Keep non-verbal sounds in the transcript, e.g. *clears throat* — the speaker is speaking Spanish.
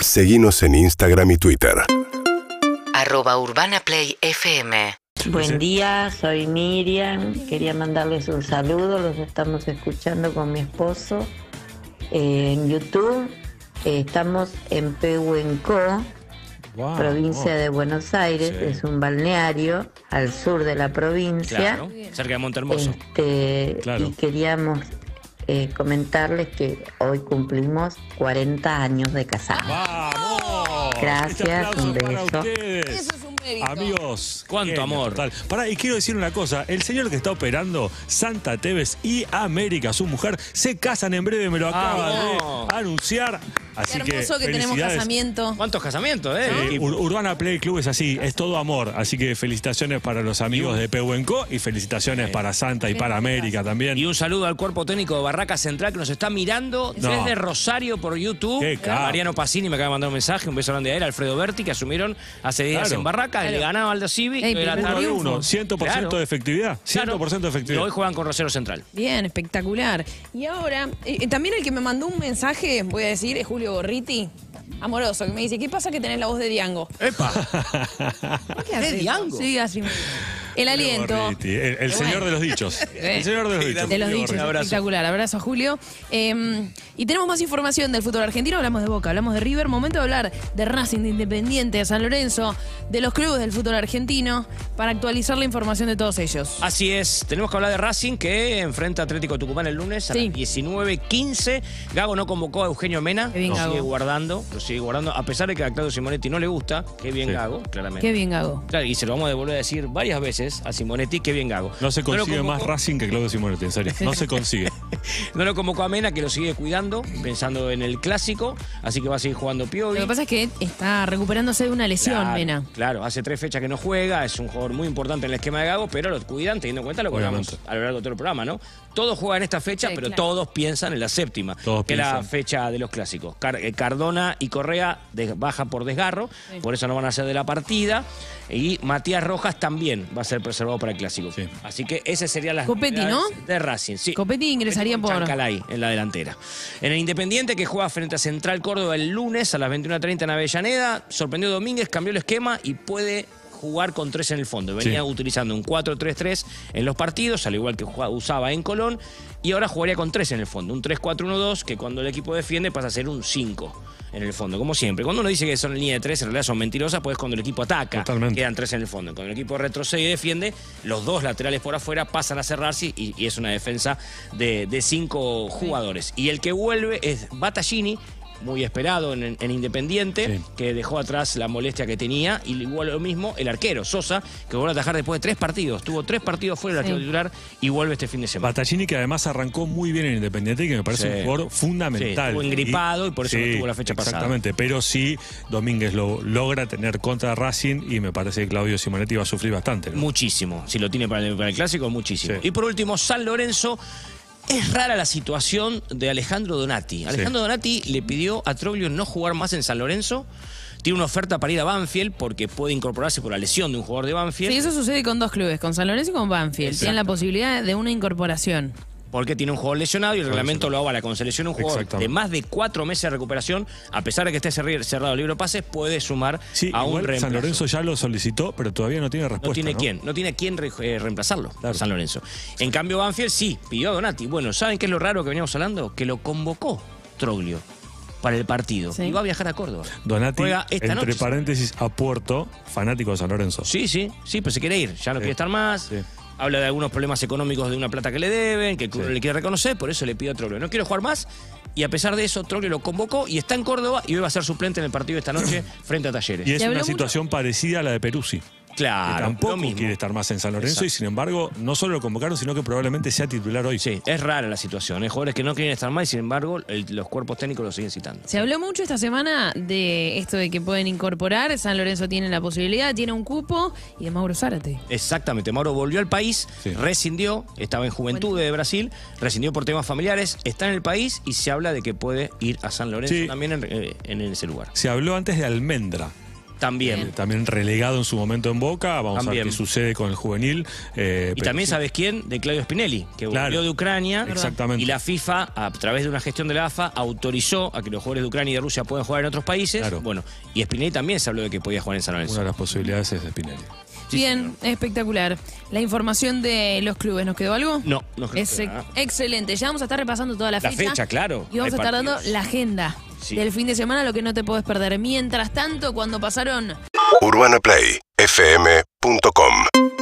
Seguimos en Instagram y Twitter. arroba urbanaplayfm. Buen día, soy Miriam. Quería mandarles un saludo. Los estamos escuchando con mi esposo en YouTube. Eh, Estamos en Pehuenco, Guau, provincia de Buenos Aires. Ah, oh. Sí. Es un balneario al sur de la provincia. Claro, cerca de Montehermoso. Este, Claro. Y queríamos eh, comentarles que hoy cumplimos 40 años de casados. ¡Vamos! este Este Gracias, aplauso un para beso. ustedes. Eso es un mérito. Amigos, Cuánto genio amor. total. Pará, y quiero decir una cosa: el señor que está operando, Santa Tevez y América, su mujer, se casan en breve, me lo acaba Ah, no. de anunciar. Así Qué hermoso que, tenemos felicidades. casamiento. ¿Cuántos casamientos, eh? Eh, Equipo. Ur- Urbana Play Club es así, es todo amor. Así que felicitaciones para los amigos de Pehuenco y felicitaciones para Santa y para América también. Y un saludo al cuerpo técnico de Barraca Central que nos está mirando No. desde Rosario por YouTube. Qué capo. Mariano Pacini me acaba de mandar un mensaje, un beso grande a él, Alfredo Berti, que asumieron hace días Claro. en Barraca, le ganaba al de Civi. Ey, y hoy a la primer tarde- Uno de uno, 100% Claro. de efectividad. 100% Claro. de Y hoy efectividad. juegan con Rosario Central. Bien, espectacular. Y ahora, eh, eh, también el que me mandó un mensaje, voy a decir, es Julio Gorriti, amoroso, que me dice, ¿qué pasa que tenés la voz de Diango? *laughs* ¿Por qué haces eso? Diango? Sí, así. El aliento. Gorriti, El, el señor de los *laughs* dichos. El señor de los dichos. De los dichos, espectacular. Abrazo a Julio. Eh, y tenemos más información del fútbol argentino. Hablamos de Boca, hablamos de River. Momento de hablar de Racing, de Independiente, de San Lorenzo, de los clubes del fútbol argentino, para actualizar la información de todos ellos. Así es, tenemos que hablar de Racing que enfrenta a Atlético Tucumán el lunes a Sí. las 19.15. Gago no convocó a Eugenio Mena, Qué bien, lo Gago. sigue guardando, lo sigue guardando, a pesar de que a Claudio Simonetti no le gusta, qué bien Sí. Gago, claramente. Qué bien, Gago. Claro, y se lo vamos a devolver a decir varias veces a Simonetti, qué bien Gago. No se lo consigue más convocó- Racing que Claudio Simonetti, en serio. No *laughs* se consigue. No lo convocó a Mena, que lo sigue cuidando, pensando en el clásico, así que va a seguir jugando Lo Piovi. que pasa es que está recuperándose de una lesión, Claro, Mena. Claro, hace tres fechas que no juega, es un jugador muy importante en el esquema de Gago, pero lo cuidan teniendo en cuenta lo que Obviamente. hablamos a lo largo de todo el programa, ¿no? Todos juegan esta fecha, Sí, pero claro. todos piensan en la séptima, Todos que es la piensan. fecha de los clásicos. Car- eh, Cardona y Correa de- bajan por desgarro, Sí. por eso no van a ser de la partida. Y Matías Rojas también va a ser preservado para el clásico. Sí. Así que ese sería la Copetti, ¿no? de Racing. Sí. Copetti ingresaría Copetti con por- Chancalay en la delantera. En el Independiente, que juega frente a Central Córdoba el lunes a las 21.30 en Avellaneda, sorprendió Domínguez, cambió el esquema y puede jugar con tres en el fondo. Venía Sí. utilizando un 4-3-3 en los partidos, al igual que jugaba- usaba en Colón, y ahora jugaría con tres en el fondo. Un 3-4-1-2 que cuando el equipo defiende pasa a ser un 5 en el fondo, como siempre. Cuando uno dice que son línea de tres, en realidad son mentirosas, pues es cuando el equipo ataca, Totalmente. quedan tres en el fondo. Cuando el equipo retrocede y defiende, los dos laterales por afuera pasan a cerrarse y, y es una defensa de, de cinco jugadores. Y el que vuelve es Battaglini, muy esperado en, en Independiente, Sí. que dejó atrás la molestia que tenía. Y igual lo mismo el arquero, Sosa, que vuelve a atajar después de tres partidos. Tuvo tres partidos fuera del Sí. arquero titular y vuelve este fin de semana. Battaglini que además arrancó muy bien en Independiente y que me parece Sí. un jugador Sí, fundamental. estuvo engripado y por eso no estuvo la fecha pasada. Exactamente, pero sí Domínguez lo logra tener contra Racing y me parece que Claudio Simonetti va a sufrir bastante. ¿no? Muchísimo. Si lo tiene para el, para el clásico, muchísimo. Sí. Y por último, San Lorenzo. Es rara la situación de Alejandro Donati. Alejandro Donati le pidió a Troglio no jugar más en San Lorenzo. Tiene una oferta para ir a Banfield porque puede incorporarse por la lesión de un jugador de Banfield. Sí, eso sucede con dos clubes, con San Lorenzo y con Banfield. Tienen la posibilidad de una incorporación. porque tiene un jugador lesionado y el reglamento lo avala. Con selección un jugador Exactamente. de más de cuatro meses de recuperación, a pesar de que esté cerri- cerrado el libro de pases, puede sumar Sí, a un igual reemplazo. San Lorenzo ya lo solicitó, pero todavía no tiene respuesta. No tiene quién, no tiene quién re- eh, reemplazarlo, Claro. San Lorenzo. En cambio, Banfield sí, pidió a Donati. Bueno, ¿saben qué es lo raro que veníamos hablando? Que lo convocó Troglio para el partido. Sí. Y va a viajar a Córdoba. Donati, Juega esta entre noche. paréntesis, a Puerto, fanático de San Lorenzo. Sí, sí, sí, pero se quiere ir, ya no quiere estar más. Sí. Habla de algunos problemas económicos de una plata que le deben, que el club Sí. no le quiere reconocer, por eso le pidió a Troglio. No quiero jugar más. Y a pesar de eso, Troglio lo convocó y está en Córdoba y hoy va a ser suplente en el partido esta *clears throat* noche frente a Talleres. Y es Y habló una mucho- situación parecida a la de Peruzzi. Claro, que lo tampoco mismo. quiere estar más en San Lorenzo Exacto. y sin embargo no solo lo convocaron, sino que probablemente sea titular hoy. Sí, es rara la situación. Hay jugadores que no quieren estar más y sin embargo el- los cuerpos técnicos lo siguen citando. Se habló mucho esta semana de esto de que pueden incorporar. San Lorenzo tiene la posibilidad, tiene un cupo y de Mauro Zárate. Exactamente, Mauro volvió al país, Sí. rescindió, estaba en Juventud de Brasil, rescindió por temas familiares, está en el país y se habla de que puede ir a San Lorenzo Sí. también en, eh, en ese lugar. Se habló antes de Almendra, También. También relegado en su momento en Boca. Vamos a También. ver qué sucede con el juvenil. eh, Y pero también, sí, ¿sabes quién? De Claudio Spinelli, que volvió Claro. de Ucrania. Exactamente. Y la FIFA, a través de una gestión de la AFA, autorizó a que los jugadores de Ucrania y de Rusia puedan jugar en otros países. Claro. Bueno, y Spinelli también se habló de que podía jugar en San Una Lorenzo. de las posibilidades es Spinelli. Bien, espectacular. La información de los clubes, ¿nos quedó algo? No, no creo Es que ¿eh? ex- nada. excelente. Ya vamos a estar repasando toda la La fecha. fecha, claro. Y vamos Hay a estar dando partidos. la agenda Sí. del fin de semana, lo que no te podés perder. Mientras tanto, cuando pasaron UrbanaPlayFM.com